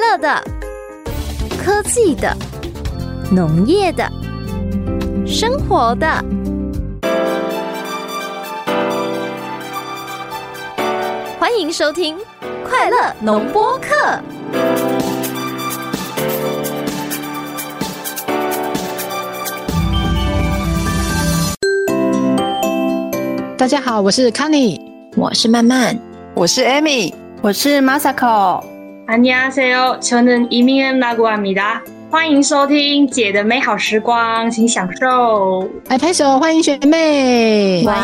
色的、科技的、农业的、生活的。欢迎收听《快乐农播课》。大家好，我是 c o n n y 我是曼曼，我是 Amy，我是 Masako。 안녕하세요저는이민은나고합니다欢迎收听姐的美好时光，请享受。哦来哎拍手，欢迎学妹！哇，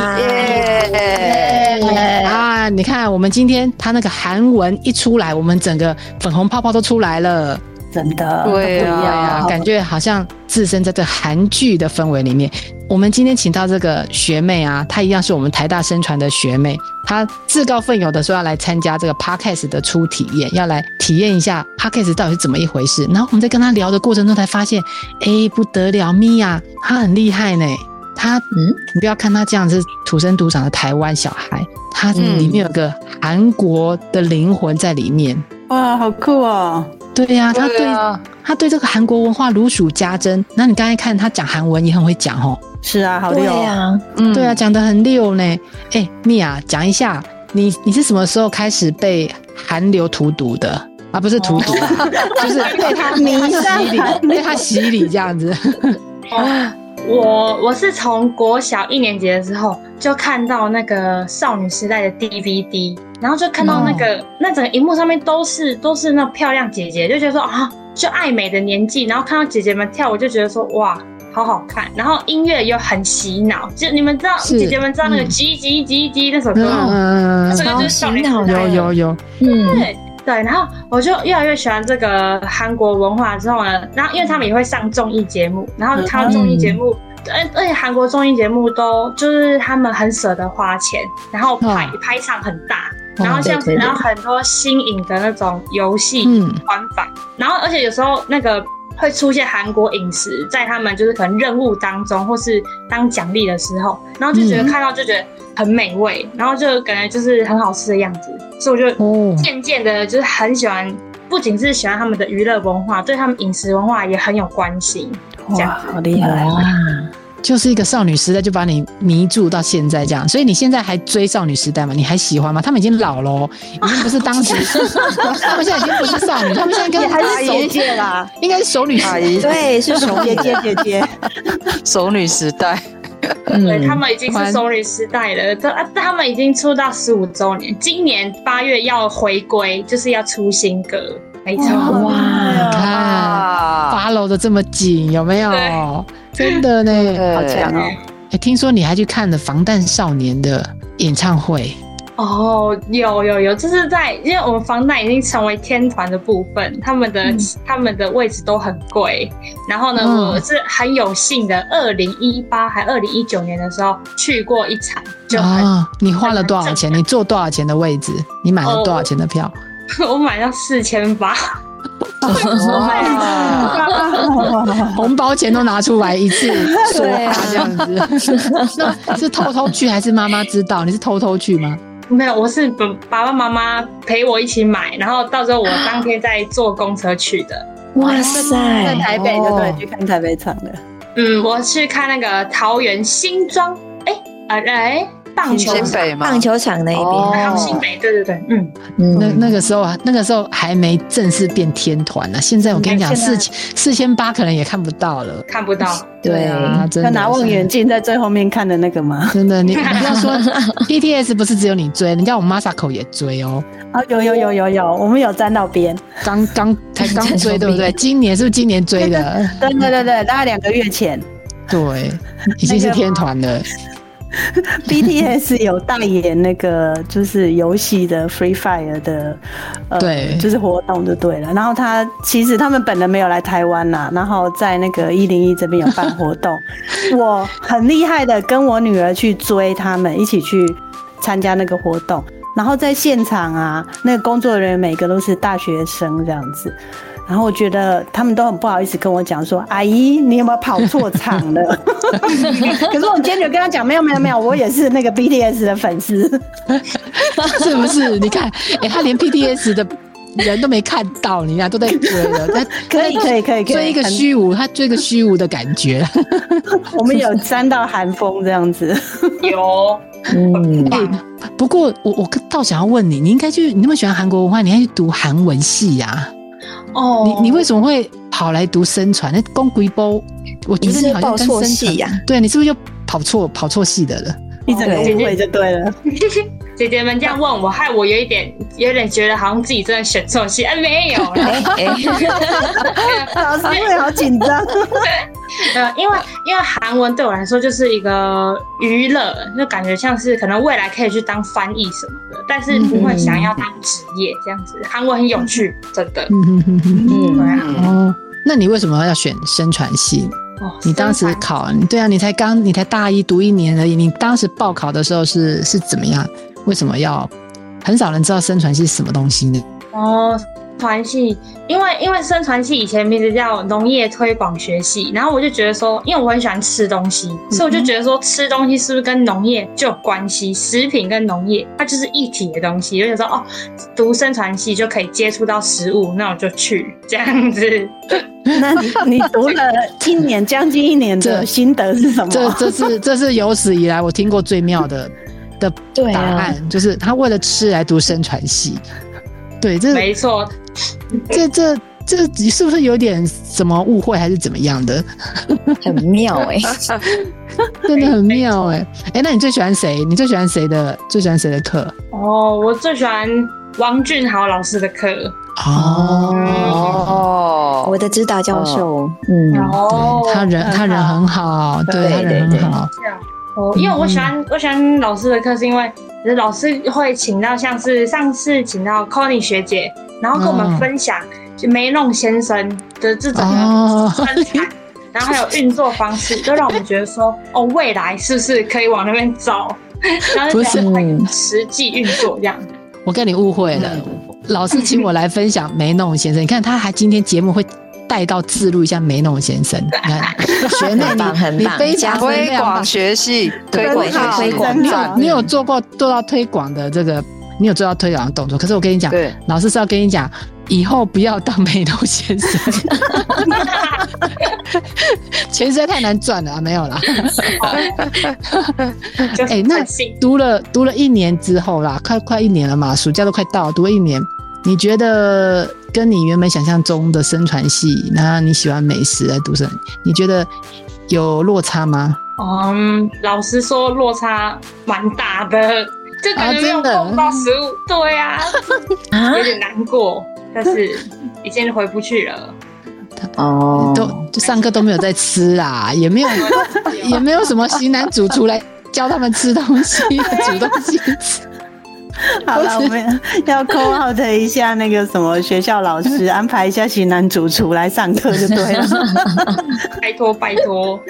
啊，你看我们今天他那个韩文一出来，我们整个粉红泡泡都出来了。真的，对不一样啊啊，感觉好像置身在这韩剧的氛围里面。我们今天请到这个学妹啊，她一样是我们台大生传的学妹，她自告奋勇的说要来参加这个 podcast 的初体验，要来体验一下 podcast 到底是怎么一回事。然后我们在跟她聊的过程中才发现，哎，不得了，米娅她很厉害呢。她，嗯嗯，你不要看她这样是土生土长的台湾小孩，她嗯里面有个韩国的灵魂在里面。哇，好酷哦！对呀、她对啊，他对这个韩国文化如数家珍。那你刚才看他讲韩文也很会讲哦，是啊，好对溜、呀、哦。啊，嗯对啊，，讲得很溜呢。哎，米娅，讲一下，你你是什么时候开始被韩流荼毒的？啊，不是荼 毒，就是被他迷被他上洗礼，被他洗礼这样子。啊我我是从国小一年级的时候就看到那个少女时代的 DVD，然后就看到那个、嗯那整个荧幕上面都是都是那漂亮姐姐，就觉得说啊，就爱美的年纪，然后看到姐姐们跳舞，就觉得说哇。好好看，然后音乐又很洗脑，就你们知道，是姐姐们知道那个嗯“叽叽叽叽”那首歌吗？嗯，这个就是少女时代有的有有，嗯，对对，然后我就越来越喜欢这个韩国文化之后呢，然后因为他们也会上综艺节目，然后看到综艺节目，嗯而、而且韩国综艺节目都就是他们很舍得花钱，然后排、嗯排场很大，嗯然后像、对对对然后很多新颖的那种游戏嗯玩法，然后而且有时候那个。会出现韩国饮食，在他们就是可能任务当中，或是当奖励的时候，然后就觉得嗯看到就觉得很美味，然后就感觉就是很好吃的样子，所以我就哦，渐渐的，就是很喜欢，不仅是喜欢他们的娱乐文化，对他们饮食文化也很有关系。这哇，样好厉害！哇，就是一个少女时代就把你迷住到现在这样，所以你现在还追少女时代吗？你还喜欢吗？他们已经老了哦，已经不是当时，他们现在已经不是少女，他们现在跟姐姐啦，应该是熟女时阿姨，对，是熟姐姐姐姐，熟女时代，对他嗯，们已经欢是熟女时代了，这啊他们已经出道十五周年，今年八月要回归，就是要出新歌，没错。哇你嗯看啊， ，follow 的这么紧，有没有对？真的呢。好强哦！哎，听说你还去看了防弹少年的演唱会，哦，有有有，就是在因为我们防弹已经成为天团的部分，他们的、他们的位置都很贵。然后呢，嗯我是很有幸的，二零一八还二零一九年的时候去过一场，就很、啊，你花了多少钱？你坐多少钱的位置？你买了多少钱的票？ 我买到四千八，哇，红包钱都拿出来一次说啊话这样子， 那是偷偷去还是妈妈知道？你是偷偷去吗？没有，我是爸爸爸妈妈陪我一起买，然后到时候我当天再坐公车去的。哇在塞，台北就对哦，去看台北场的。嗯，我去看那个桃园新庄，哎、呃哎、棒球新北吗？棒球场那一边，还有哦新北，对对对，嗯。那嗯，那个时候啊，那个时候还没正式变天团呢、啊现在我跟你讲，嗯四现在千四千八可能也看不到了。看不到，对，啊，真的要拿望远镜在最后面看的那个吗？真的，你你不要说 BTS 不是只有你追，人家我 Masako 也追哦。啊，有有有有有，我们有站到边。刚刚才刚追，对不对？今年是不是今年追 的？对对对对，大概两个月前对，已经是天团了。 ，BTS 有代言那个就是游戏的 Free Fire 的，呃对就是活动就对了。然后他其实他们本人没有来台湾啦，然后在那个一零一这边有办活动，我很厉害的跟我女儿去追他们，一起去参加那个活动。然后在现场啊，那个工作人员每个都是大学生这样子，然后我觉得他们都很不好意思跟我讲说：“阿姨，你有没有跑错场了？” 可是我很坚决跟他讲：“没有没有没有，我也是那个 BTS 的粉丝。是不是？你看，哎、他连 PDS 的人都没看到，你俩都在追了，在 可以在可以可以可以追一个很虚无，他追一个虚无的感觉。 我们有沾到寒风这样 子，有嗯，不过我我倒想要问你，你应该去，你那么喜欢韩国文化，你应该去读韩文系呀、哦，你你为什么会跑来读生传？那公鬼包，我觉得你你是好报像跟错啊生系啊传， 呀对你是不是就跑错跑错系的了？一整个误会就对 了。 姐姐们这样问我，害我有一点有点觉得好像自己真的选错戏，哎，没有啦， 哎哎，老师会好紧张，呃，因为因为韩文对我来说就是一个娱乐，就感觉像是可能未来可以去当翻译什么的，但是不会想要当职业这样子。韩文很有趣，真的。嗯哼哼哼对啊，哼，嗯哦，那你为什么要选生传系？哦你当时考，对啊，你才刚你才大一读一年而已，你当时报考的时候是是怎么样？为什么要？很少人知道生传系是什么东西呢？哦，传系，因为因为生传系以前名字叫农业推广学系，然后我就觉得说，因为我很喜欢吃东嗯西，所以我就觉得说，吃东西是不是跟农业就有关系？食品跟农业它就是一体的东西，就觉得说，哦，读生传系就可以接触到食物，那我就去这样子。那你你读了一年，将近一年的这心得是什么？这这是这是有史以来我听过最妙的的对答啊案，，就是他为了吃来读生传系。对，这没错，这这这你是不是有点什么误会还是怎么样的？很妙哎， 真的很妙哎、哎、那你最喜欢谁？你最喜欢谁的？最喜欢谁的课？哦，我最喜欢王俊豪老师的课，哦，哦，我的指导教授，嗯，然后对他人他人好很好，对对他人对对很好，哦，因为我喜嗯欢我喜欢老师的课，是因为就是老师会请到像是上次请到 c o n y 学姐，然后跟我们分享就梅弄先生的这种哦生 产，然后还有运作方式，就让我们觉得说，哦，未来是不是可以往那边 走？然后就觉得很实际运作这样。我跟你误会了，嗯老师请我来分享 梅弄先生，你看他还今天节目会。带到自录一下梅弄先 生，你看学妹很棒你很你棒非加常推非常广棒学系，推真广学好系，推广真赞好你有做过做到推广的这个，你有做到推广的动作。可是我跟你讲，对，老师是要跟你讲，以后不要当美头先生， 钱实在太难赚了啊，没有啦。就是哎那很幸读了读了一年之后啦，快快一年了嘛，暑假都快到了，读了一年，你觉得跟你原本想象中的生传系，那你喜欢美食来读生，你觉得有落差吗？嗯，老实说，落差蛮大的，就感觉没有啊真的碰到食物，对啊，啊有点难过，但是已经回不去了。哦，都就上课都没有在吃啦，也没有也没有什么型男主厨来教他们吃东西、煮东西吃。 好了，我们要 call out 一下那个什么学校老师，安排一下型男主厨来上课就对 了。拜托拜托，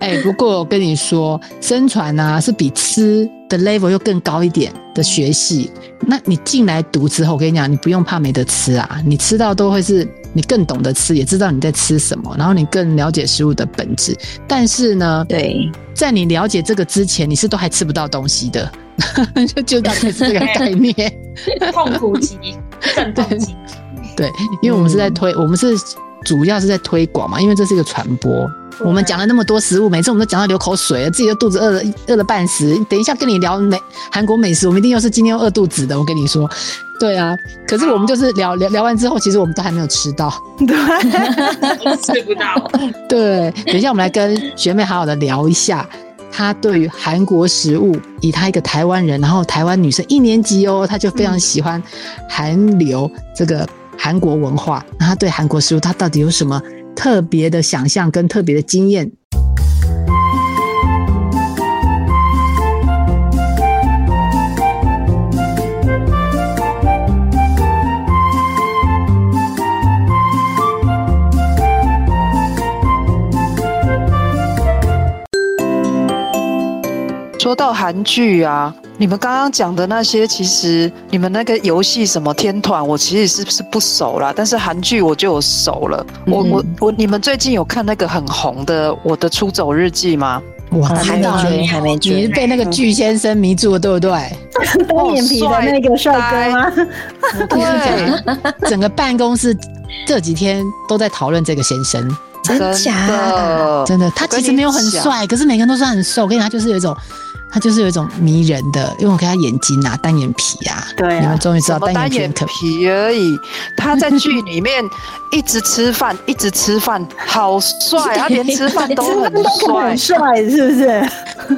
哎、不过我跟你说，生传啊是比吃的 level 又更高一点的学系。那你进来读之后，我跟你讲，你不用怕没得吃啊，你吃到都会是你更懂得吃，也知道你在吃什么，然后你更了解食物的本质。但是呢，对，在你了解这个之前，你是都还吃不到东西的， 就就大概是这个概念。痛苦极，阵痛极。对，因为我们是在推，我们是主要是在推广嘛，因为这是一个传播。我们讲了那么多食物，每次我们都讲到流口水了，自己都肚子饿了，饿了半死。等一下跟你聊美韩国美食，我们一定又是今天又饿肚子的。我跟你说，对啊。可是我们就是聊聊聊完之后，其实我们都还没有吃到。 对，啊吃不到，对，等一下我们来跟学妹好好的聊一下，她对于韩国食物，以她一个台湾人，然后台湾女生一年级哦，她就非常喜欢韩流这个韩国文化，那她对韩国食物，她到底有什么特别的想象跟特别的经验？说到韩剧啊，你们刚刚讲的那些，其实你们那个游戏什么天团，我其实是是不熟啦，但是韩剧我就有嗯熟了。我我我，你们最近有看那个很红的《我的出走日记》吗？哇，还知没道追，你还欸没你是追。被那个巨先生迷住了，对不对？单眼皮的那个哦帅哥吗？我跟你讲，整个办公室这几天都在讨论这个先生，真的假真的，他其实没有很，帅，可是每个人都说他很瘦。我跟你讲，他就是有一种，他就是有一种迷人的，因为我看他眼睛啊，单眼皮啊，对你啊们，终于知什道么单单眼眼皮很可皮而已。他在剧里面一直吃饭，一直吃饭，好帅，他连吃饭都 真的很都可能帅很。帅，哦是不是？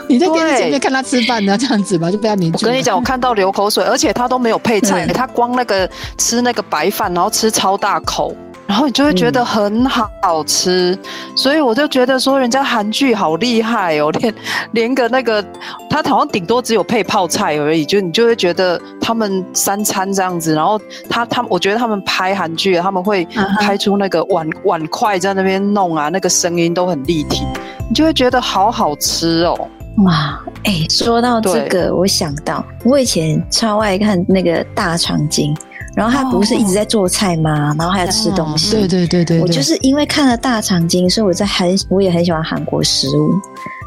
你在电视前对面看他吃饭呢，啊这样子吧，就被他迷我住了。跟你讲，我看到流口水，而且他都没有配菜，他光那个吃那个白饭，然后吃超大口，然后你就会觉得很好吃，所以我就觉得说人家韩剧好厉害哦，连连个那个他好像顶多只有配泡菜而已，就你就会觉得他们三餐这样子，然后他他我觉得他们拍韩剧，他们会嗯哼拍出那个碗碗筷在那边弄啊，那个声音都很立体，你就会觉得好好吃哦。哇，哎、说到这个，我想到我以前超爱看那个大长今，然后他不是一直在做菜吗？然后还要吃东西。哦对对对对对，我就是因为看了大长今，所以我在很我也很喜欢韩国食物。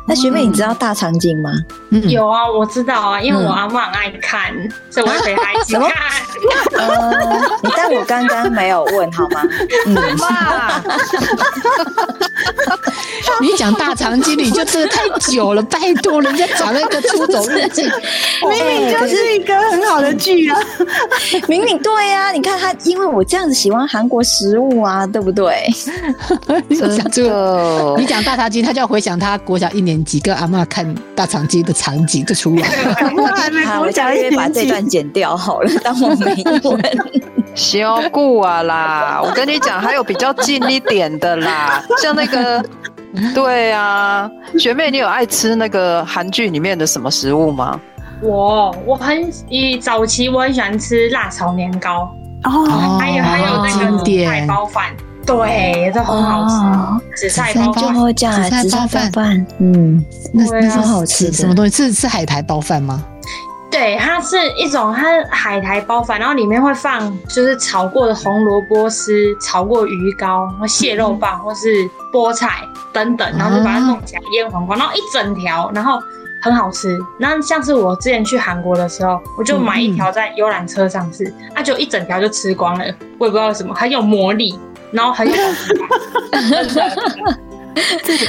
那学妹，你知道大长今吗？嗯有啊，我知道啊，因为我阿嬷很爱看，所以我会陪她一起看。呃，哦 但我刚刚没有问好吗？嗯，你讲大肠经理就真的太久了，拜托，人家讲那个出走路径，明明就是一个很好的剧啊，明明对呀、你看他，因为我这样子喜欢韩国食物啊，对不对？你讲出真的你讲大肠经，他就要回想他国小一年级跟阿嬷看大肠经的场景就出来了。我哎还没好，跟我我下讲个一月把年这级，段剪掉好了，当我没问。小顾啊啦，我跟你讲，还有比较近一点的 啦，像那个，对啊，学妹，你有爱吃那个韩剧里面的什么食物吗？我我很以早期我很喜欢吃辣炒年糕，哦，还有还有那经个紫菜典，包饭，对，都很好哦吃。紫菜包就饭会这样，紫紫菜菜包饭包饭，嗯，那对啊那是超好吃什么的。东西？是是海苔包饭吗？对，它是一种它是海苔包饭，然后里面会放就是炒过的红萝卜丝、炒过鱼糕、然后蟹肉棒、或是菠菜等等，然后就把它弄起来腌黄瓜，然后一整条，然后很好吃。然后像是我之前去韩国的时候，我就买一条在游览车上吃，啊，就一整条就吃光了，我也不知道为什么，很有魔力，然后很有饱足感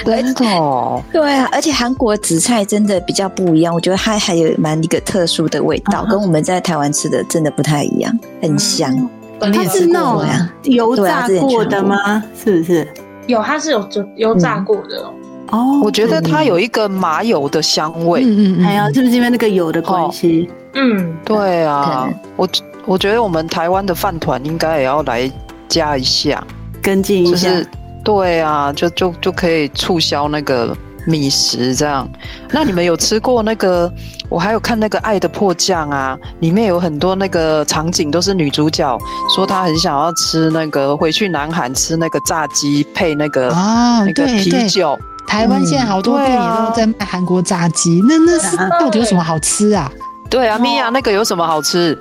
真的哦，对啊，而且韩国紫菜真的比较不一样，我觉得它还有蛮一个特殊的味道，跟我们在台湾吃的真的不太一样，很香。你它也是吃那过种吗？油对啊炸之前去过的吗？是不是？有，它是有煮油炸过的哦。哦，我觉得它有一个麻油的香味。嗯还哎有是不是因为那个油的关系？嗯，对啊可，我我觉得我们台湾的饭团应该也要来加一下，跟进一就下，是对啊，就就就可以促销那个米食这样。那你们有吃过那个？我还有看那个《爱的迫降》啊，里面有很多那个场景都是女主角说她很想要吃那个回去南韩吃那个炸鸡配那个、啊，那个对啤对，酒，台湾现在好多店也都在卖韩国炸鸡，那那是嗯到底有什么好吃啊？对啊，米娅那个有什么好吃？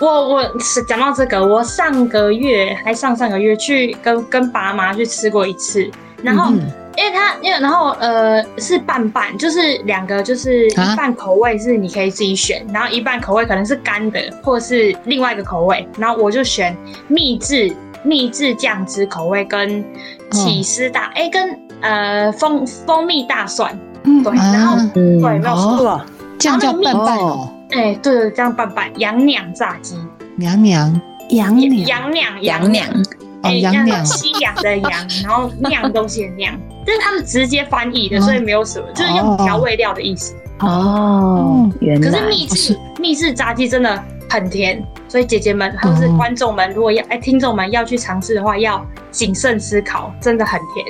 我我是讲到这个，我上个月还上上个月去跟跟爸妈去吃过一次，然后、嗯因为他因为然后呃是半半，就是两个就是一啊半口味是你可以自己选，然后一半口味可能是干的或是另外一个口味，然后我就选秘制秘制酱汁口味跟起司哦大哎、跟呃蜂蜂蜜大蒜，嗯对，啊然后嗯，对没有哦哇，这样叫拌拌哦，哎、对对这样拌拌洋酿炸鸡，娘娘羊嗯娘，洋酿凉凉，哦，哎，洋那娘种西洋的洋， 然后酿东西的酿，这是他们直接翻译的，所以没有什么，就是用调味料的意思。哦，原可来是秘制秘制炸鸡真的很甜，所以姐姐们或哦是观众们，如果要哎听众们要去尝试的话，要谨慎思考，真的很甜。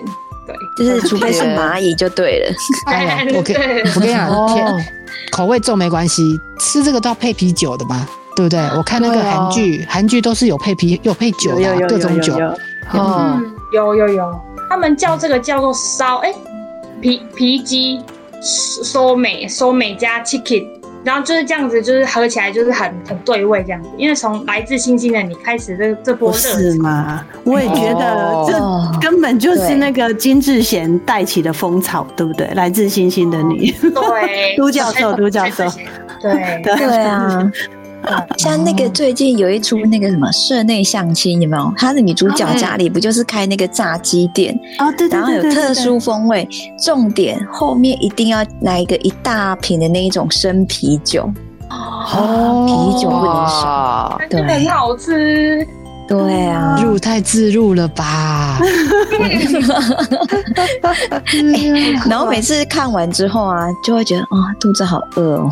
就是除非是蚂蚁就对了。哎 对，我跟对我跟你讲，哦甜口味重没关系，吃这个都要配啤酒的嘛，对不对？我看那个对啊韩剧，韩剧都是有配啤有配酒有的啊有有各有种酒有，有，哦，嗯，有有有，他们叫这个叫做烧哎、皮皮鸡收美收美加 chicken。然后就是这样子，就是合起来就是很很对味这样子。因为从来自星星的你开始这这波不热是潮，嘛？我也觉哦得这根本就是对那个金志贤带起的风潮，对不对？来自星星的你， 对，都教 授都教授对，对对啊。像那个最近有一出那个什么室内相亲，有没有？他的女主角家里不就是开那个炸鸡店， 哦，对对然后对有对，对特殊风味，重点后面一定要来一个一大瓶的那一种生啤酒，哦啤酒不能少。哇，真的很好吃。对啊，入太自入了吧？ 嗯然后每次看完之后啊，就会觉得啊、肚子好饿哦。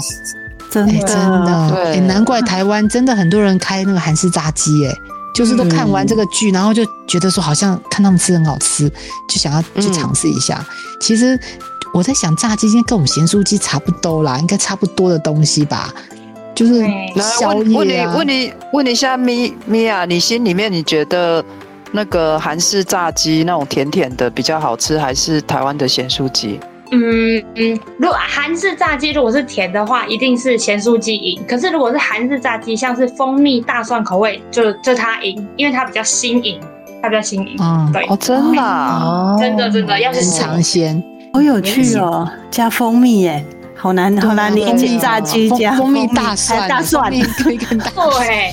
真哎、的真的，哎、对难怪台湾真的很多人开那个韩式炸鸡、哎，就是都看完这个剧，然后就觉得说好像看他们吃很好吃，就想要去尝试一下。其实我在想，炸鸡应该跟我们咸酥鸡差不多啦，应该差不多的东西吧，就是对来宵问问夜你啊。问你问你一下米米娅，啊你心里面你觉得那个韩式炸鸡那种甜甜的比较好吃，还是台湾的咸酥鸡？嗯嗯，如果韩式炸鸡如果是甜的话，一定是咸酥鸡赢。可是如果是韩式炸鸡，像是蜂蜜大蒜口味，就就它赢，因为它比较新颖，它比较新颖。嗯对，哦，真的、啊？哦，真的真的要去很试。尝鲜，好有趣哦，加蜂蜜耶，好难好难理解炸鸡啊蜂加蜂蜜大还蒜，大蒜蜂，蜜可以跟大，对，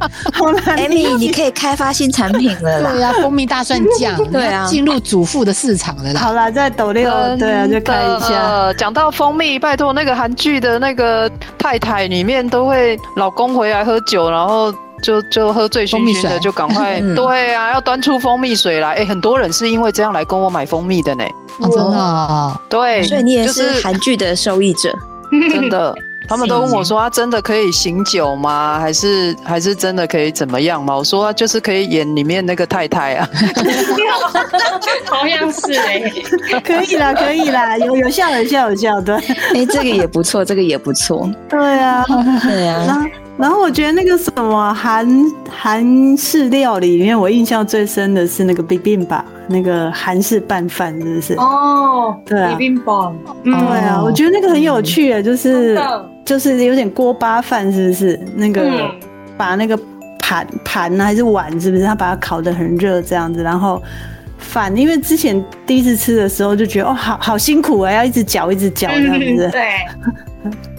好难理 Amy，你可以开发新产品了啦。对啊呀、蜂蜜大蒜酱， 对啊你要进入主妇的市场了啦。好啦，在抖六嗯真对啊，就看一下。的。哦讲到蜂蜜，拜托那个韩剧的那个太太里面都会老公回来喝酒，然后。就就喝醉醺蜂蜜醺的，水就赶快、嗯对啊，要端出蜂蜜水来。哎、很多人是因为这样来跟我买蜂蜜的呢。哦，真的、哦，对，所以你也就是是韩剧的受益者。 真的，他们都问我说：“啊，真的可以醒酒吗？还是还是真的可以怎么样吗？”我说：“啊，就是可以演里面那个太太啊。 好像是哎、可以 啦，可以啦，有有效，有效，有效，对， 哎，这个也不错，这个也不错。对啊。 嗯对啊，然后，然后我觉得那个什么韩韩式料理里面，我印象最深的是那个 bibimbap，那个韩式拌饭，是不是？哦，对啊 b i b i m b o 对嗯，啊，我觉得那个很有趣耶，就是真的就是有点锅巴饭，是不是？那个、嗯把那个盘盘啊还是碗，是不是？他把它烤得很热这样子，然后饭，因为之前第一次吃的时候就觉得哦，好好辛苦啊，要一直搅一直搅这样嗯，子。对。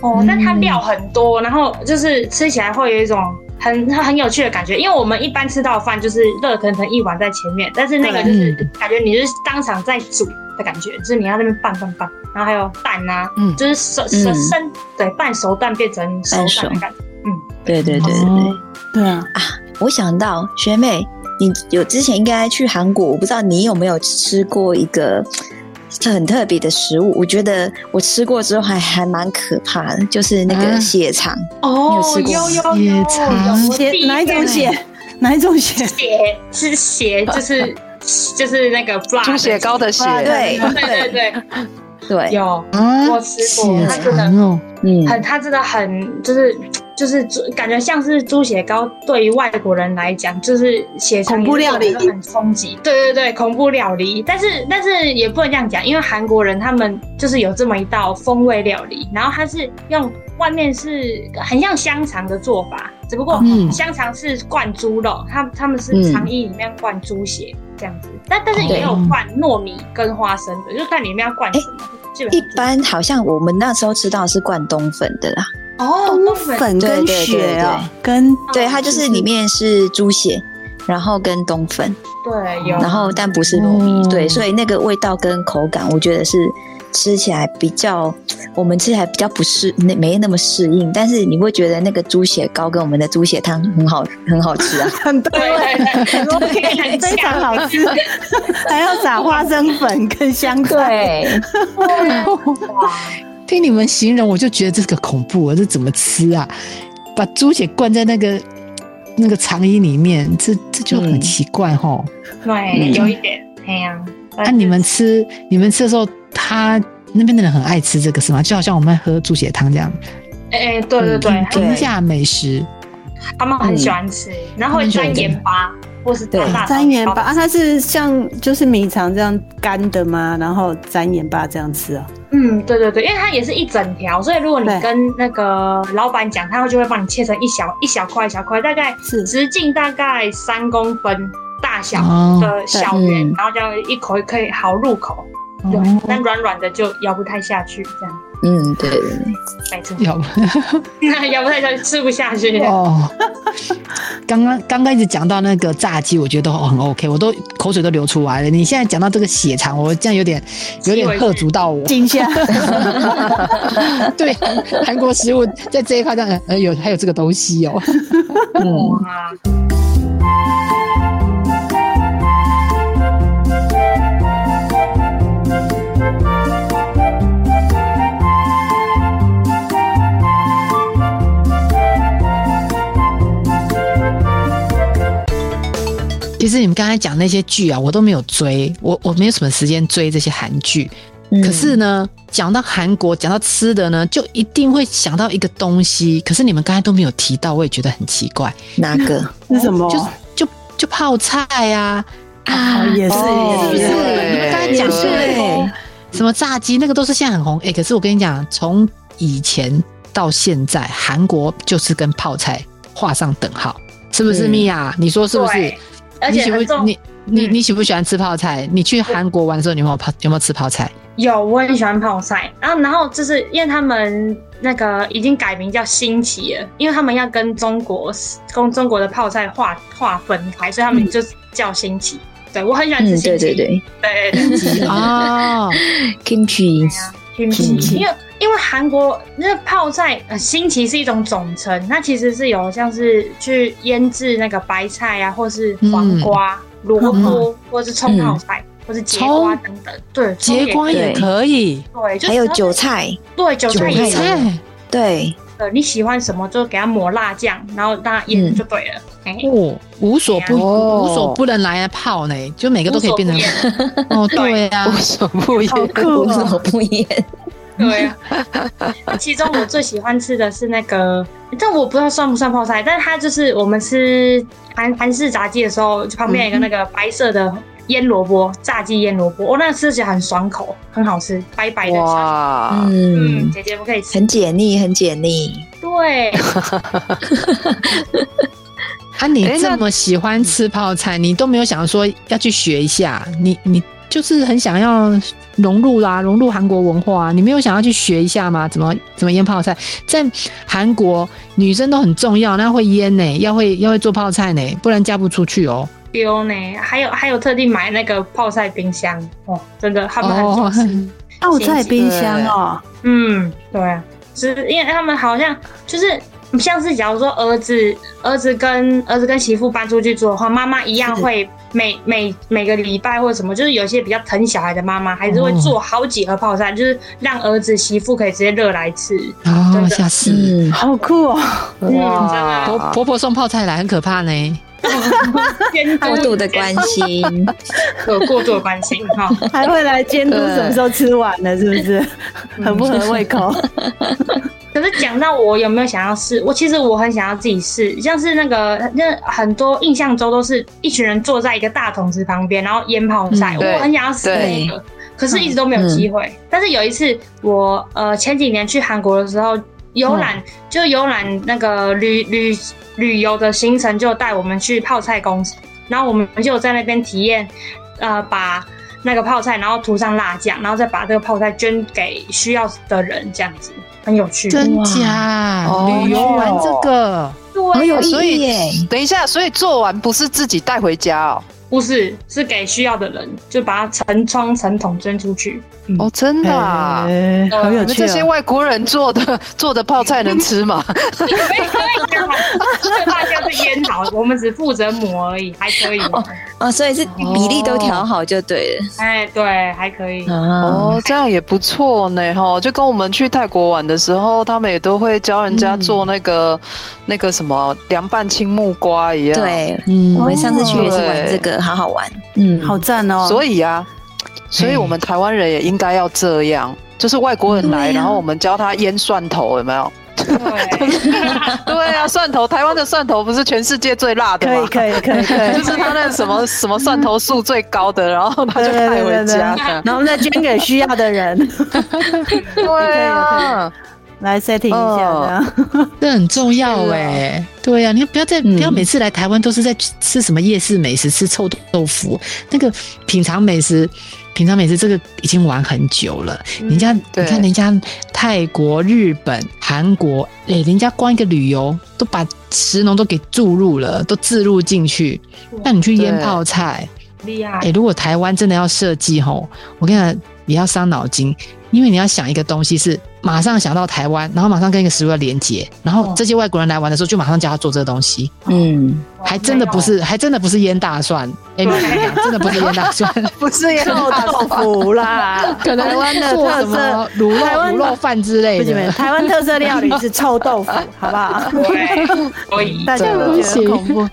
哦，但它料很多，然后就是吃起来会有一种很很有趣的感觉。因为我们一般吃到的饭就是热腾腾一碗在前面，但是那个就是感觉你就是当场在煮的感觉，就是你要在那边拌拌拌，然后还有蛋啊，嗯就是熟熟嗯生对半熟蛋变成熟蛋的感觉。 对对对对对。对啊，哦我想到学妹，你有之前应该去韩国，我不知道你有没有吃过一个嘖很特别的食物。我觉得我吃过之后还还蛮可怕的，就是那个啊血肠。哦你有吃过有有有血有，肠嗯我血第一嗯哪一种天哎血？哪一种血？血是血，就是 就是那个 blood 猪血糕的血，哇对对对对对，对，有。啊，我吃过血它真的肠哦，嗯，很，它真的很就是就是猪感觉像是猪血糕，对于外国人来讲，就是血肠恐怖料理也是很冲击。对对对，恐怖料理。但是但是也不能这样讲，因为韩国人他们就是有这么一道风味料理，然后它是用外面是很像香肠的做法，只不过嗯香肠是灌猪肉，他他们是嗯肠衣里面灌猪血这样子，但但是也对有灌糯米跟花生的，就看你们要灌什么。基本上一就是般好像我们那时候吃到的是灌冬粉的啦。哦，冬冬粉粉跟对对对血啊，对跟对，它哦就是里面是猪血。然后跟冬粉，对有，然后但不是糯米，哦对，所以那个味道跟口感，我觉得是吃起来比较，我们吃起来比较不适，那没那么适应。但是你会觉得那个猪血糕跟我们的猪血汤很好，很好吃啊。很对对对对。 味，非常好吃，还要撒花生粉跟香菜。 对，听你们形容，我就觉得这个恐怖啊，这怎么吃啊？把猪血灌在那个那个肠衣里面，这这就很奇怪吼。嗯对，有一点，哎呀，那、你们吃你们吃的时候，他那边的人很爱吃这个是吗？就好像我们喝猪血汤这样，哎，哎对对对，他平们价美食。他们很喜欢吃，然后会沾盐巴或是大大沾盐巴啊，它是像就是米肠这样干的吗？然后沾盐巴这样吃啊？嗯，对对对，因为它也是一整条，所以如果你对跟那个老板讲，他就会帮你切成一小一小块一小块，大概是直径大概三公分大小哦的小圆，嗯然后这样一口可以好入口。对，那软软的就咬不太下去，这样嗯，对对对没错，要咬不太下去，吃不下去。哦，刚刚刚刚一直讲到那个炸鸡，我觉得都很 OK，我都口水都流出来了。你现在讲到这个血肠，我这样有点有点吓足到我。惊吓，对，韩韩国食物在这一块上，呃，有还有这个东西哦。嗯，哇， 其实你们刚才讲那些剧啊，我都没有追，我我没有什么时间追这些韩剧。嗯可是呢，讲到韩国，讲到吃的呢，就一定会想到一个东西。可是你们刚才都没有提到，我也觉得很奇怪，哪个？ 是什么？就是就就泡菜呀、啊，哦也是哦也是是，你们刚才讲过对对，什么炸鸡，那个都是现在很红。哎、可是我跟你讲，从以前到现在，韩国就是跟泡菜画上等号，是不是，嗯米娅？你说是不是对？而你且喜很不重你你嗯你喜不喜欢吃泡菜？你去韩国玩的时候，你有没有泡有没有吃泡 菜？有，我很喜欢泡菜。然后，然后就是因为他们那个已经改名叫新奇了，因为他们要跟中国跟中国的泡菜划划分开，所以他们就叫新奇。对我很喜欢吃嗯，新对奇，对对对对 对哦， ，kimchi，新奇，因为因为韩国那泡菜呃新奇是一种总称，那其实是有像是去腌制那个白菜啊，或是黄嗯瓜、萝卜，或是葱泡菜，或是节瓜等等。对，葱节瓜也对可以，对，就还有只要韭菜，对韭菜也韭有菜。对，呃，你喜欢什么就给它抹辣酱，然后大家腌嗯就对了。哎、哦，无所不哦无所不能来泡呢，就每个都可以变成无所 哦，对呀无，所不好言。酷无哦！所不言，对啊。那其中我最喜欢吃的是那个，但我不知道算不算泡菜，但它就是我们吃韩韩式炸鸡的时候，就旁边有一个那个白色的腌萝卜，炸鸡腌萝卜，哦，那个吃起来很爽口，很好吃，白白的。哇，嗯， 嗯，姐姐不可以吃。很解腻，很解腻。对，啊，你诶那这么喜欢吃泡菜，你都没有想说要去学一下，你你就是很想要融入啦、融入韩国文化、啊，你没有想要去学一下吗？怎么怎么腌泡菜？在韩国女生都很重要，那会腌呢、要会要会做泡菜呢、不然嫁不出去哦。丢呢，还有还有特地买那个泡菜冰箱哦，真的他们很 重哦视。，泡菜冰箱哦，嗯，对啊，就是因为他们好像就是像是假如说儿子儿子跟儿子跟媳妇搬出去住的话，妈妈一样会每每每个礼拜或者什么，就是有些比较疼小孩的妈妈还是会做好几盒泡菜，就是让儿子媳妇可以直接热来吃。哦，真的吓死！嗯，好酷哦！嗯，真婆哇婆婆送泡菜来很可怕呢，的监督过度的关 心，呃过度的关心哈。 还会来监督对什么时候吃完了，是不是？很不合胃 口。可是讲到我有没有想要试，我其实我很想要自己试，像是那个那很多印象中都是一群人坐在一个大桶子旁边，然后腌泡菜，嗯对嗯我很想要试那个，可是一直都没有机会。但是有一次我呃前几年去韩国的时候，游览、嗯就游览那个旅旅旅游的行程，就带我们去泡菜公司，然后我们就在那边体验，呃，把。那个泡菜，然后涂上辣酱，然后再把这个泡菜捐给需要的人，这样子很有趣。真假？哦旅游玩这个，对，好有意所以义耶。等一下，所以做完不是自己带回家哦？不是，是给需要的人，就把它成窗成桶捐出去。哦，真的啊？哎好有你们趣这些哦！外国人做的做的泡菜能吃吗？可以可以的，这辣椒是腌好，我们只负责抹而已，还可以。哦，所以是比例都调好就对了。哎，对，还可以。嗯哦，哦，这样也不错呢，哈，就跟我们去泰国玩的时候，他们也都会教人家做那个、嗯那个什么凉拌青木瓜一样。，对，嗯哦我们上次去也是哦玩这个，好好玩。嗯，好赞哦！所以啊，所以我们台湾人也应该要这样，就是外国人来，对 啊然后我们教他腌蒜头，有没有？对啊，蒜头，台湾的蒜头不是全世界最辣的可以吗？可以可以可以 就，是他那个什么什么蒜头数最高的，然后他就带回家的。然后再捐给需要的人对啊， 来 setting 一哦下这样。这很重要是啊哎、对呀、你不要再、嗯不要每次来台湾都是在吃吃什么夜市美食，吃臭豆腐，那个品尝美食，品尝美食这个已经玩很久了。人家嗯对你看人家泰国、日本、韩国，哎、人家光一个旅游都把食农都给注入了，都置入进去。那你去腌嗯对泡菜，厉害哎、，如果台湾真的要设计吼，我跟你讲，也要伤脑筋，因为你要想一个东西是马上想到台湾，然后马上跟一个食物要连接，然哦后这些外国人来玩的时候就马上叫他做这个东西，嗯，还真的不是，还真的不是腌大蒜，哎、你讲真的不是腌大蒜，不是也臭豆腐 啦，可 能啊台湾的做什特么色卤肉台湾卤肉饭之类不行不行，的。台湾特色料理是臭豆 腐，好不好？所以 大家都觉得恐怖。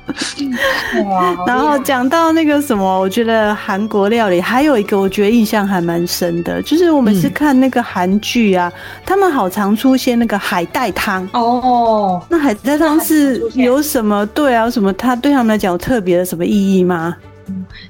然后讲到那个什么，我觉得韩国料理还有一个，我觉得印象还蛮深的，就是我们嗯是看那个韩剧啊，他们好常出现那个海带汤。哦，那海带汤是出现有什么对啊？有什么它对他们来讲有特别的什么意义吗？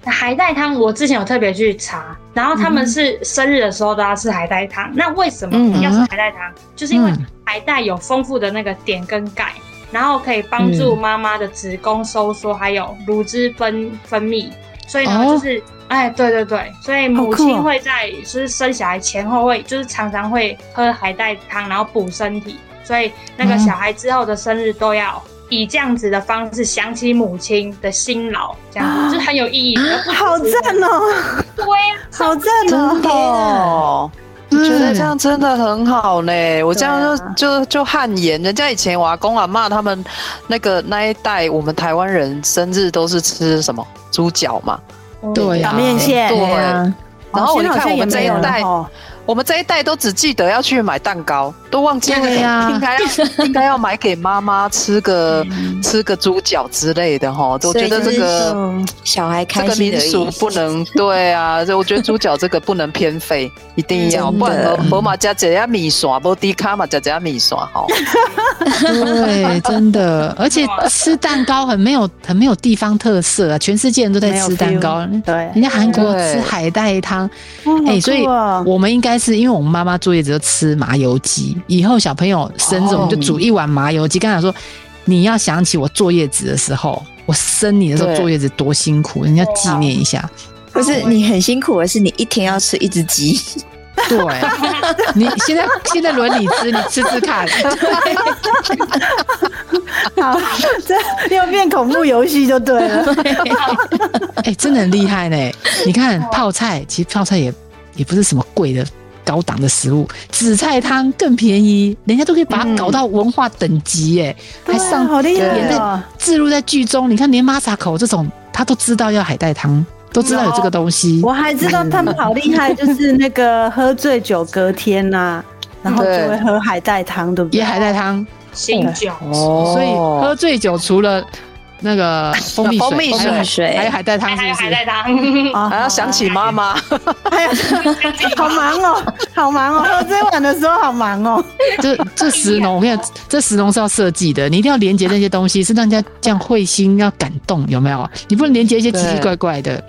海带汤我之前有特别去查，然后他们嗯是生日的时候都要吃海带汤。那为什么要吃海带汤？就是因为嗯海带有丰富的那个碘跟钙，然后可以帮助嗯妈妈的子宫收缩，还有乳汁分分泌。所以呢，哦就是哎，对对对，所以母好酷哦亲会在就是生小孩前后会就是常常会喝海带汤，然后补身体。所以那个嗯小孩之后的生日都要以这样子的方式想起母亲的辛劳，这样子、就是很有意义。而不是好赞哦、对啊呀、好赞哦、真的哦。我觉得这样真的很好呢，我这样就、对啊就就汗颜。人家以前我阿公阿妈他们那个那一代，我们台湾人生日都是吃什么猪脚嘛，对擀啊，面线，对然后我现你在哦好看像我也们这没一有了代 哦我们这一代都只记得要去买蛋糕，都忘记对啊应该要应该要买给妈妈吃个、吃个猪脚之类的哈。我觉得所以这就是个嗯小孩这开个心民而俗已。不能对啊，这我觉得猪脚这个不能偏废，一定要，真的不然我我嘛加加加米线，不低卡嘛加加米线哈。对，真的，而且吃蛋糕很没有很没有地方特色啊，全世界人都在没有吃蛋 feel 糕，对人家韩国对吃海带汤，哇好哎、酷所以哦我们应该是因为我们妈妈作业只有吃麻油鸡，以后小朋友生日哦我们就煮一碗麻油鸡。刚才说你要想起我坐月子的时候，我生你的时候对坐月子多辛苦，人家纪念一下。不是你很辛苦的是，你一天要吃一只鸡，对，你现在现在轮你吃，你吃吃看。好， 这又变恐怖游戏就对了。哎、真的很厉害呢！你看泡菜，其实泡菜也也不是什么贵的高档的食物，紫菜汤更便宜，人家都可以把它搞到文化等级耶， 还对啊上好厉害连哦在置入在剧中。你看，连马萨口这种，他都知道要海带汤，都知道有这个东西我。还知道他们好厉害，就是那个喝醉酒隔天呐、然后就对会喝海带汤，对不对？也海带汤，醒酒，哦所以喝醉酒除了那个蜂蜜水，蜂蜜水还有水还有海带汤，还是不有哎海是？带汤，啊还要想起妈妈，哎呀，好忙哦，好忙哦，喝这碗的时候好忙哦。这这石农，我跟你讲，这石农是要设计的，你一定要连接那些东西，是让人家这样会心，要感动，有没有？你不能连接一些奇奇怪怪的。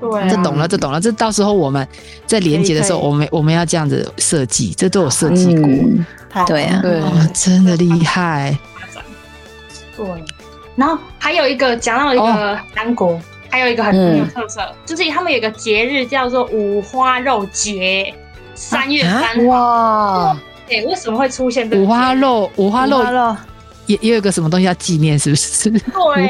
对这啊，懂了，这懂了，这到时候我们在连接的时候，可以可以我们我们要这样子设计，这都有设计过。嗯，太对啊对哦，真的厉害！对。然后还有一个讲到一个哦韩国，还有一个很嗯很有特色，就是他们有一个节日叫做五花肉节，三月三号。哇，对，为什么会出现这个啊五花肉，五花花肉肉肉，也也有一个什么东西要纪念，是不 是？五花对，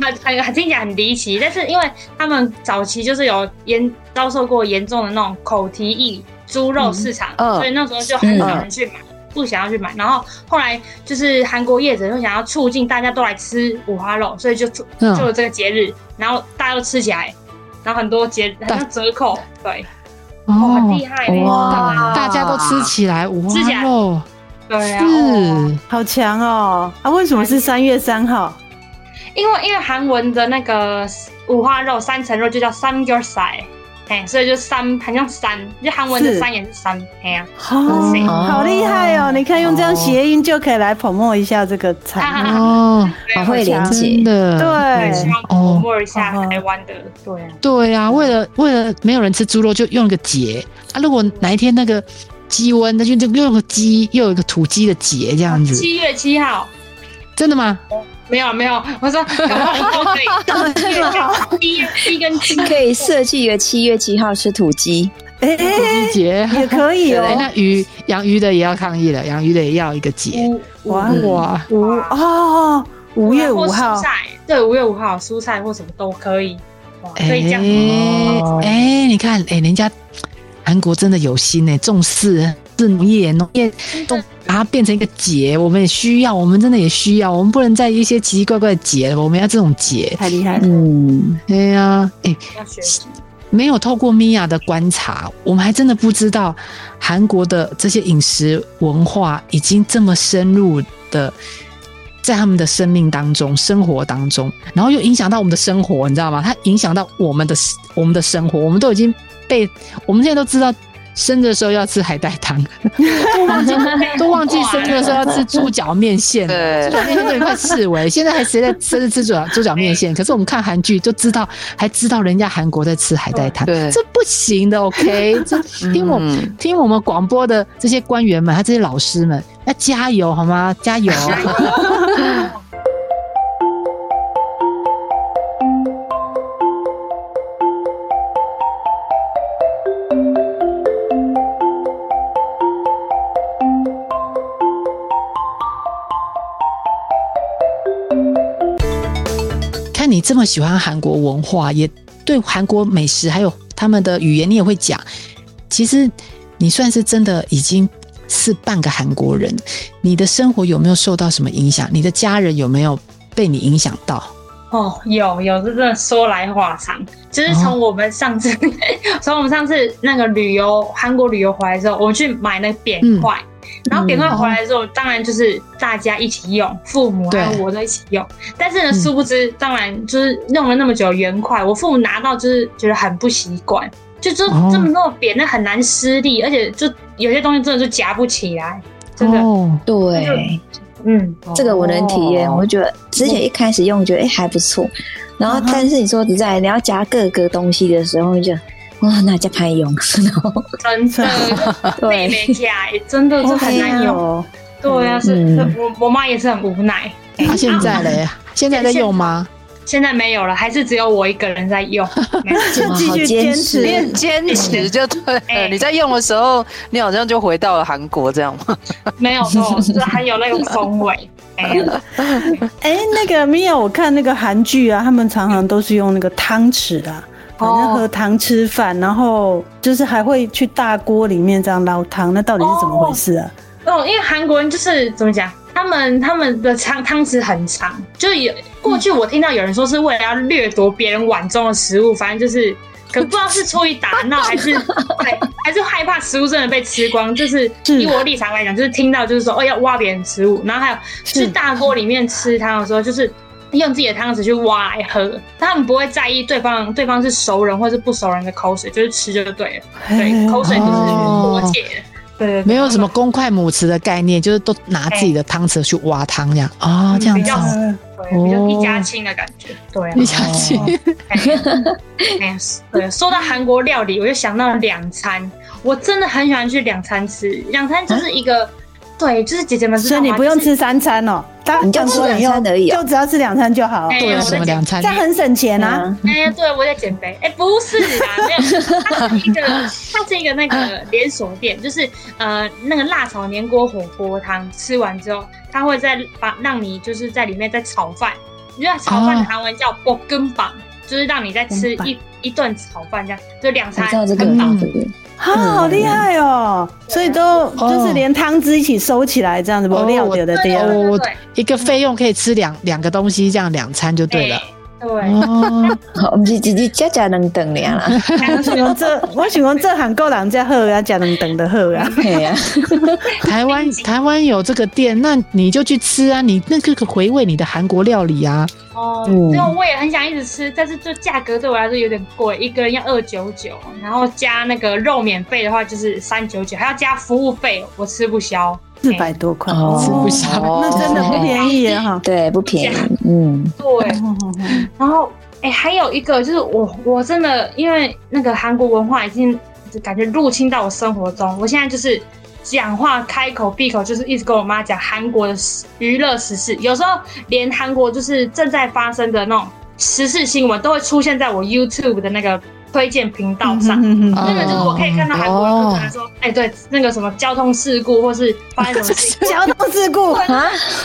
很很很听起来很离奇，但是因为他们早期就是有严遭受过严重的那种口蹄疫猪肉市场，嗯嗯所以那时候就很少人去买，不想要去买。然后后来就是韩国业者就想要促进大家都来吃五花肉，所以就出嗯就有这个节日，然后大家都吃起来，然后很多节很多折扣，对，哦，很厉害呢，哇哎大家都吃起来五吃起花来肉，对啊，哦是好强哦！啊，为什么是三月三号？因为因为韩文的那个五花肉三层肉就叫 s a m g y o r s a i 哎，所以就三，很像山，就韩文的是山也是山，哎呀、哦谁好厉害哦！你看用这样谐音就可以来 promo 一下这个产啊哦，好会连真接，的，对希望哦我摸一下哦台湾的，对啊，对啊，为了为了没有人吃猪肉，就用个节啊。如果哪一天那个鸡瘟，那就就用个鸡，又有一个土鸡的节这嗯样子，七月七号。真的 吗？没有没有，我说搞不好都可 以，这么好，鸡鸡跟鸡可以设计一个七月七号吃土鸡，品，土鸡哎，节。也可以 哎哦。那鱼养鱼的也要抗议了，养鱼的也要一个节。哇嗯哇，五哦，五月五或号蔬，菜，对，五月五号蔬菜或什么都可以，哇，哎可以这样，哎，你看，哎，人家韩国真的有心哎，重视是农业，农业都把它变成一个节，我们也需要，我们真的也需要，我们不能再一些奇奇怪怪的节了，我们要这种节。太厉害了。嗯，哎呀，哎，要学习，没有透过米娅的观察，我们还真的不知道韩国的这些饮食文化已经这么深入的在他们的生命当中、生活当中，然后又影响到我们的生活，你知道吗？它影响到我们的我们的生活，我们都已经被我们现在都知道。生的时候要吃 海带汤，都忘记都忘记生的时候要吃猪脚面线了。 对猪，脚面线都已经快视 为，现在还谁在生日吃猪脚猪脚面线？可是我们看韩剧就知道，还知道人家韩国在吃海带汤，对这不行的，OK？这听我、嗯听我们广播的这些官员们，他这些老师们要加油好吗？加油！ 看你这么喜欢韩国文化，也对韩国美食还有他们的语言你也会讲，其实你算是真的已经是半个韩国人。你的生活有没有受到什么影响？你的家人有没有被你影响到？哦，有有，这真的说来话长。就是哦从我们上次， 从、我们上次那个旅游韩国旅游回来之后，我们去买那个扁嗯块，然后扁哦块回来之后，当然就是大家一起用，父母还对有我都一起用。但是呢，嗯殊不知，当然就是用了那么久的圆块，我父母拿到就是觉得很不习惯，就这哦这么那么扁，那很难施力，而且就有些东西真的就夹不起来，真的，哦，对，嗯，哦这个我能体验，我觉得之前一开始用觉得哎、还不错，然后嗯哼但是你说实在，你要夹各个东西的时候你就。哇，那家拍用， 然后真 的啊妹对，妹夹，真的是很难用。哦。对啊，是、嗯是我我妈也是很无奈。他、啊现在嘞？现在在用吗？啊现在没有了，还是只有我一个人在用。没事就继续坚持你很坚持就对了。哎你在用的时候，你好像就回到了韩国这样嘛。没有错，就是很有那个风味。哎呀哎，那个 Mia，我看那个韩剧啊，他们常常都是用那个汤匙啊，哦反正喝汤吃饭，然后就是还会去大锅里面这样捞汤，那到底是怎么回事啊？哦，因为韩国人就是怎么讲，他们他们的汤汤匙很长，就有过去我听到有人说是为了要掠夺别人碗中的食物，反正就是。可不知道是出于打 闹，还是对，还是害怕食物真的被吃光。就是是以我立场来讲，就是听到就是说，哦，要挖别人食物，然后还有去大锅里面吃汤的时候，就是用自己的汤匙去挖来喝，他们不会在意对方对方是熟人或是不熟人的口水，就是吃就对了。哎对，口水就是国界的。对对对，哎哦没有什么公筷母匙的概念，就是都拿自己的汤匙去挖汤这样啊、哎哦，这样子哦、嗯对，比较一家亲的感觉。对啊你，想 起哎呀对，说到韩国料理，我就想到两餐，我真的很喜欢去两餐吃。两餐就是一个，对，就是姐姐们 知所道以吗你不用。就是吃三餐哦，他你就吃两餐而已哦就只要吃两餐就好，哎都有什么两餐这？样很省钱嗯啊。哎呀，对我在减肥。哎，不是啦，没有，它是一个，它是一个那个连锁店，就是呃那个辣炒年锅火锅汤，吃完之后，它会再把让你就是在里面再炒饭，你知道炒饭的韩文叫 b o g e n b a n 就是让你再吃棒一一顿炒饭这样，就两我餐知道这个，很饱。这个啊，嗯好厉害哦！所以都就是连汤汁一起收起来，这样子，哦不料丢的对丢。我对一个费用可以吃两两个东西，这样两餐就对了哎。对，哦，好， 我们是直接加加能等你 啦。我想讲这，我想讲这韩国人才好啊，才能等的好啊。嘿呀，台 湾台湾有这个店，那你就去吃啊，你那个可回味你的韩国料理啊。 哦，嗯这个我也很想一直吃，但是就价格对我来说有点贵，一个人要二九九，然后加那个肉免费的话就是三九九，还要加服务费，我吃不消。哎四百多块，哦吃不消那真的不便宜耶哈。 对，不便宜，嗯，对，哦然后哎、还有一个就是我我真的因为那个韩国文化已经就感觉入侵到我生活中，我现在就是讲话开口闭口就是一直跟我妈讲韩国的时娱乐时事，有时候连韩国就是正在发生的那种时事新闻都会出现在我 YouTube 的那个推荐频道上。哦嗯那个就是我可以看到韩国人跟他说，哎、对，那个什么交通事故或是发生什么事情，交通事故啊，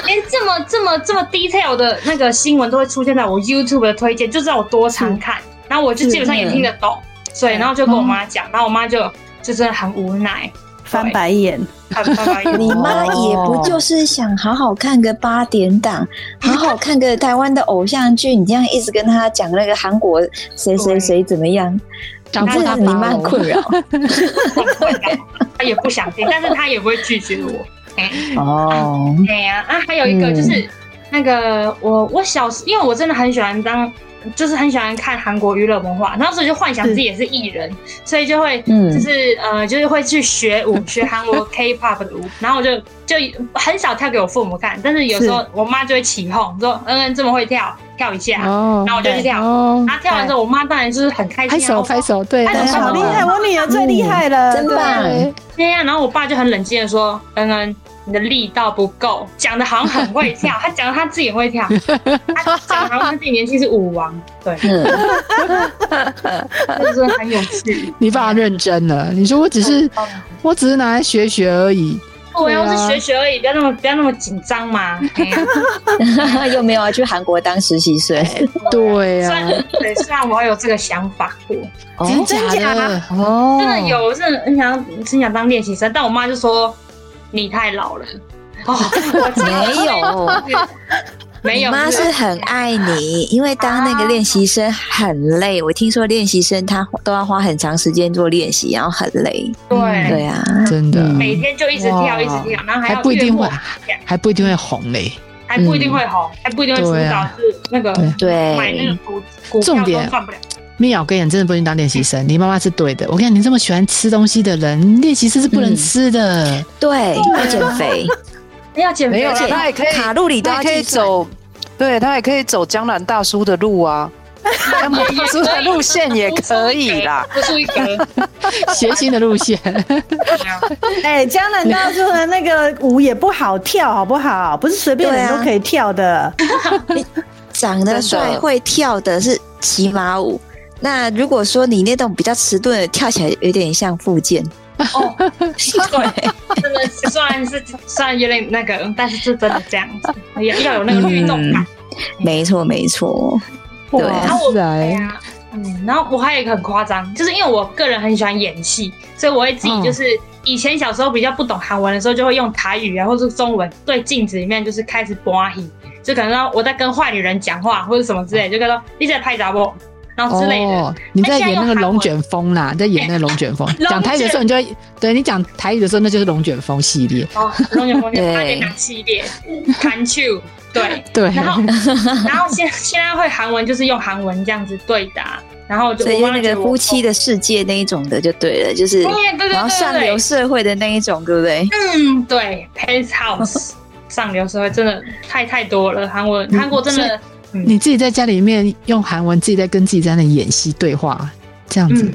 连这么这么这么 detail 的那个新闻都会出现在我 YouTube 的推荐，就知道我多常看。然后我就基本上也听得懂，所以然后就跟我妈讲，然后我妈就就真的很无奈，翻白眼，很翻白眼你妈哦也不就是想好好看个八点档，好好看个台湾的偶像剧，你这样一直跟她讲那个韩国谁谁谁怎么样，长这过他样你八妈很楼，困 扰。她也不想听，但是她也不会拒绝我。哦，对呀、啊，还有一个嗯就是、那个我我小时，因为我真的很喜欢当，就是很喜欢看韩国娱乐文化，然后所以就幻想自己也是艺人，所以就会嗯就是、呃就是会去学舞，学韩国 K-pop 的舞，然后我就就很少跳给我父母看，但是有时候我妈就会起哄说，嗯嗯这么会跳，跳一下，哦然后我就去跳，哦，然后跳完之后我妈当然就是很开心、啊，拍手我说拍手，对，拍手拍手哎好厉害，我女儿最厉害了，嗯真对棒！对呀、然后我爸就很冷静的说：“嗯嗯，你的力道不够， 讲的好像很会跳，他讲的他自己也会跳，他讲的好像他自己年轻是舞王，对，嗯， 这真的很有趣。你爸认真了。你说我只是啊我只是拿来学学而已，我要是学学而已，不要那么不要那么紧张嘛。哎呀又没有要去韩国当实习生，哎对啊虽呀，然对，虽然我有这个想法过，哦真假的哦，真的有，我真的很想很想当练习生，但我妈就说你太老了。哦，我真的没有。没有，你妈是很爱你，因为当那个练习生很累。我听说练习生他都要花很长时间做练习，然后很累。对，对啊，真的嗯每天就一直跳哇一直跳，然后还还要不一定月末嗯会还不一定会红嘞。还不一定会红，还不一定会出嗯对道啊，是那个对买那个对，股哎股重票点都赚不了。米娅，我跟你讲，真的不能当练习生。你妈妈是对的。我跟你讲，你这么喜欢吃东西的人，练习生是不能吃的。 对，要减肥，要减没肥有啦而且他也可以卡路里都他要也可以计算。走，对他也可以走江南大叔的路啊，江南大叔的路线也可以啦。，不出一格。谐星的路线， 哎，江南大叔的那个舞也不好跳，好不好？不是随便人对啊都可以跳的。长得真帅的会跳的是骑马舞。那如果说你那种比较迟钝的，跳起来有点像附件，哦，对，真的是虽然是虽然有点那个，但是是真的这样子，要要有那个律动感。没错没错，对哇然后我对塞，呀，嗯，然后我还有一个很夸张，就是因为我个人很喜欢演戏，所以我会自嗯己就是以前小时候比较不懂韩文的时候，就会用台语啊或者中文对镜子里面就是开始播啊戏，就可能我在跟坏女人讲话或者什么嗯之类，就跟他说你在拍杂波，然后之类的。哦，你在演那个龙卷风啦，在演那个龙卷 风。卷讲台语的时候，你就会对你讲台语的时候，那就是龙卷风系列。哦，龙卷风对大电港系列 c a n t you？对，对，然后然后现现在会韩文，就是用韩文这样子对答，然后就所以我就忘那了个夫妻的，的世界那一种的就对了，就是对对对对然后上对流社会的那一种，对不对？嗯，对，Penthouse 上流社会真的太太多了，韩国韩国真的，你自己在家里面用韩文，自己在跟自己在那演戏对话，这样子嗯。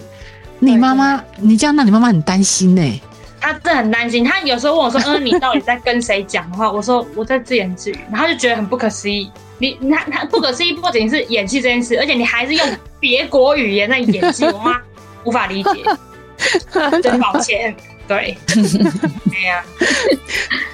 你妈妈，你这样让你妈妈很担心呢。嗯他真的很担心。他有时候问我说：“嗯，你到底在跟谁讲话？”我说：“我在自言自语。”然后他就觉得很不可思议。你你他他不可思议，不仅是演戏这件事，而且你还是用别国语言在演戏，我妈无 法理解，啊真抱歉。对，哎呀，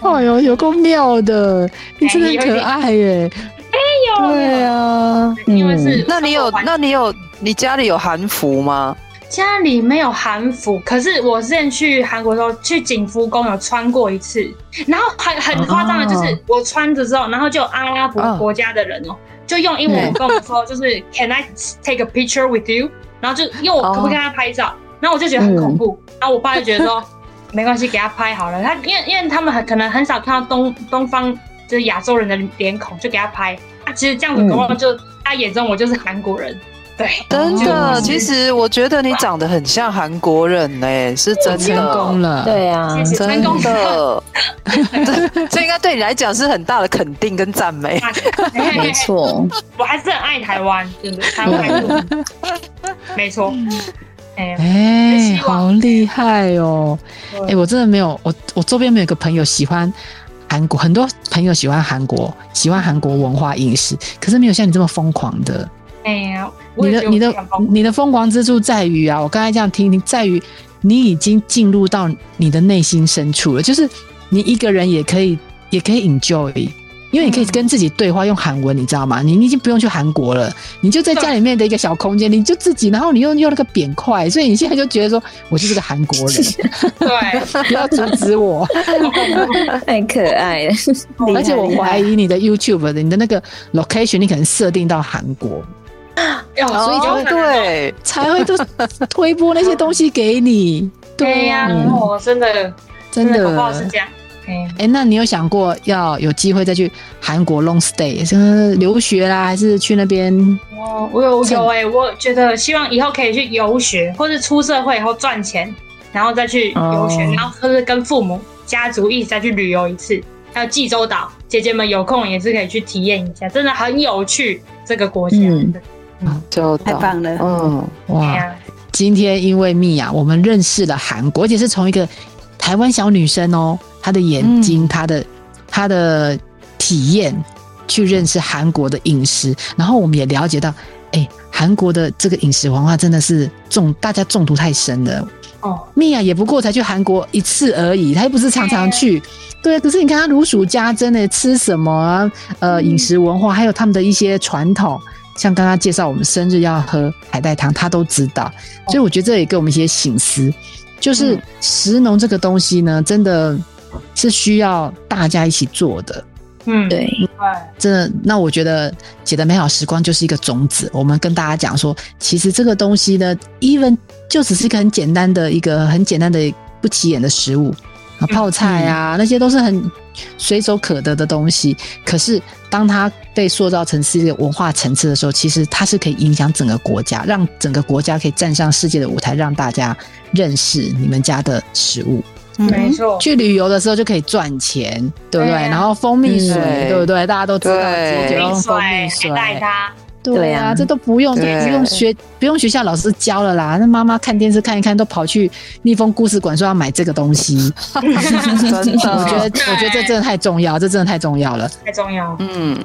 哎呦，有够妙的，你真的很可爱耶。哎呦对啊。因为是那你有环那你有你家里有韩服吗？家里没有韩服，可是我之前去韩国的时候，去景福宫有穿过一啊次，然后很很夸张的，就是我穿着之后，然后就有阿拉伯国家的人哦、就用英文跟我们说，就是 Can I take a picture with you？然后就用我可不可以跟他拍照？然后我就觉得很恐怖，然后我爸就觉得说没关系，给他拍好了。他因为因为他们很可能很少看到东东方就是亚洲人的脸孔，就给他拍。啊，其实这样子的话，就他眼中我就是韩国人。对， 真的，哦其实我觉得你长得很像韩国人呢、是哎真成的功，了。对啊谢，谢成真功了。 的，这这应该对你来讲是很大的肯定跟赞美。啊没错，我还是很爱台湾，真的，台湾还是我们没错。哎、哎、希望好厉害哦！哎、我真的没有，我我周边没有一个朋友喜欢韩国，很多朋友喜欢韩国，喜欢韩国文化饮食，可是没有像你这么疯狂的。哎呀，我你也的觉得你的我很棒你的疯狂之处在于啊，我刚才这样听听，在于你已经进入到你的内心深处了，就是你一个人也可以，也可以 enjoy。因为你可以跟自己对话，用韩文，你知道吗？你你已经不用去韩国了，你就在家里面的一个小空间，你就自己，然后你又用那个扁块，所以你现在就觉得说，我就是个韩国 人，对，不要阻止 我。太可爱了。而且我怀疑你的 YouTube 的你的那个 location，你可能设定到韩国，要所以就哦会对，才会就推播那些东西给你。对哎呀、嗯我真的真的搞不好是这样。哎，哎、那你有想过要有机会再去韩国 long stay，是呃留学啦，还是去那边？我我有有哎、我觉得希望以后可以去游学，或是出社会以后赚钱，然后再去游学，哦然后或是跟父母家族一起再去旅游一次。还有济州岛，姐姐们有空也是可以去体验一下，真的很有趣这个国家。嗯就太棒了哦嗯，哎哇！呀，今天因为蜜啊雅，我们认识了韩国，而且是从一个台湾小女生哦，她的眼睛，她的她的体验，去认识韩国的饮食，然后我们也了解到，哎、韩国的这个饮食文化真的是中，大家中毒太深了。哦，蜜啊娅也不过才去韩国一次而已，她又不是常常去。对啊，可是你看她如数家珍呢，吃什么啊？呃，饮食文化，还有他们的一些传统，像刚刚介绍我们生日要喝海带汤，她都知道。所以我觉得这也给我们一些醒思，就是食农这个东西呢，真的是需要大家一起做的。嗯，对，对，真的，那我觉得《姐的美好时光》就是一个种子。我们跟大家讲说，其实这个东西呢，even 就只是一个很简单的一个很简单的不起眼的食物啊，泡菜啊，那些都是很随手可得的东西。可是当它被塑造成是一个文化层次的时候，其实它是可以影响整个国家，让整个国家可以站上世界的舞台，让大家认识你们家的食物。嗯没错，去旅游的时候就可以赚钱，对不对？对啊然后蜂蜜水，嗯对不对？大家都知道对解决用蜂蜜水水，哎带它，对对啊，啊这都不用，都对不用学，不用学校老师教了啦。那妈妈看电视看一看，都跑去蜜蜂故事馆说要买这个东西。真的，我觉 得，我觉得这真的太重要，这真的太重要了。太重要了。嗯，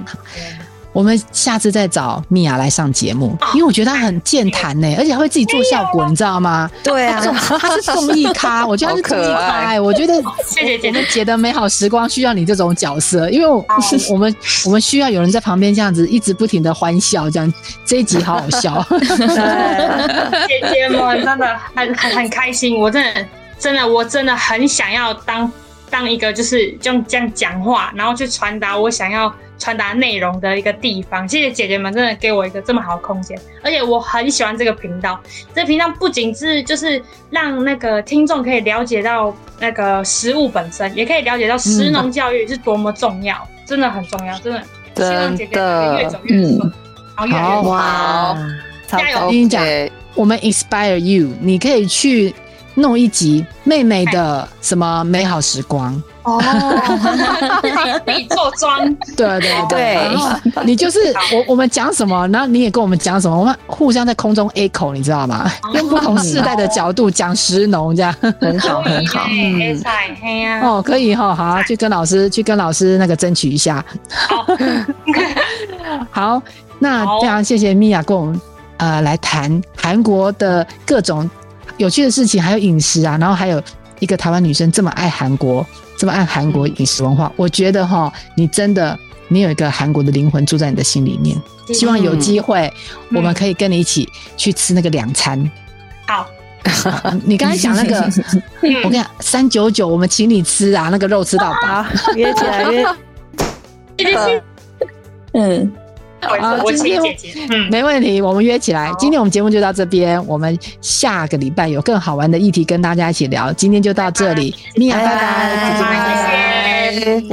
我们下次再找蜜雅来上节目，因为我觉得她很健谈呢、而且她会自己做效果，你知道吗？对啊，她是综艺咖，我觉得她是综艺好可咖、爱哎，我觉得谢谢姐我们姐，姐的美好时光需要你这种角色，因为我 我们我们需要有人在旁边这样子一直不停的欢笑，这样这一集好好笑。对，姐姐们真的很很很开心，我真的真的我真的很想要当当一个就是就这样讲话，然后去传达我想要传达内容的一个地方。谢谢姐姐们真的给我一个这么好的空间，而且我很喜欢这个频道。这频道不仅是就是让那个听众可以了解到那个食物本身，也可以了解到食农教育是多么重要，真的很重要，真的。希望姐姐们越走越顺，然后越来越好顺好，超加油跟你讲 OK，我们 inspire you，你可以去弄一集妹妹的什么美好时光，哦， 自己做妆，对啊对 对然后你就是我我们讲什么，然后你也跟我们讲什么，我们互相在空中 echo，你知道吗？用不同世代的角度讲食农这样。很好，很好。哎，菜嘿呀， 哦，可以哈、好啊，去跟老师去跟老师那个争取一下。好，那好非常谢谢米娅跟我们呃来谈韩国的各种有趣的事情，还有饮食啊，然后还有一个台湾女生这么爱韩国，这么爱韩国饮食文化，我觉得哈、你真的你有一个韩国的灵魂住在你的心里面。希望有机会，嗯我们可以跟你一起去吃那个两餐。好，嗯你刚才讲那个，我跟你讲，三九九我们请你吃啊，那个肉吃到饱。好，约起来约，谢谢嗯，好我今亲天姐姐，嗯，没问题，我们约起来。今天我们节目就到这边，我们下个礼拜有更好玩的议题跟大家一起聊。今天就到这里，米娅，拜拜，拜姐姐拜拜拜哎谢谢。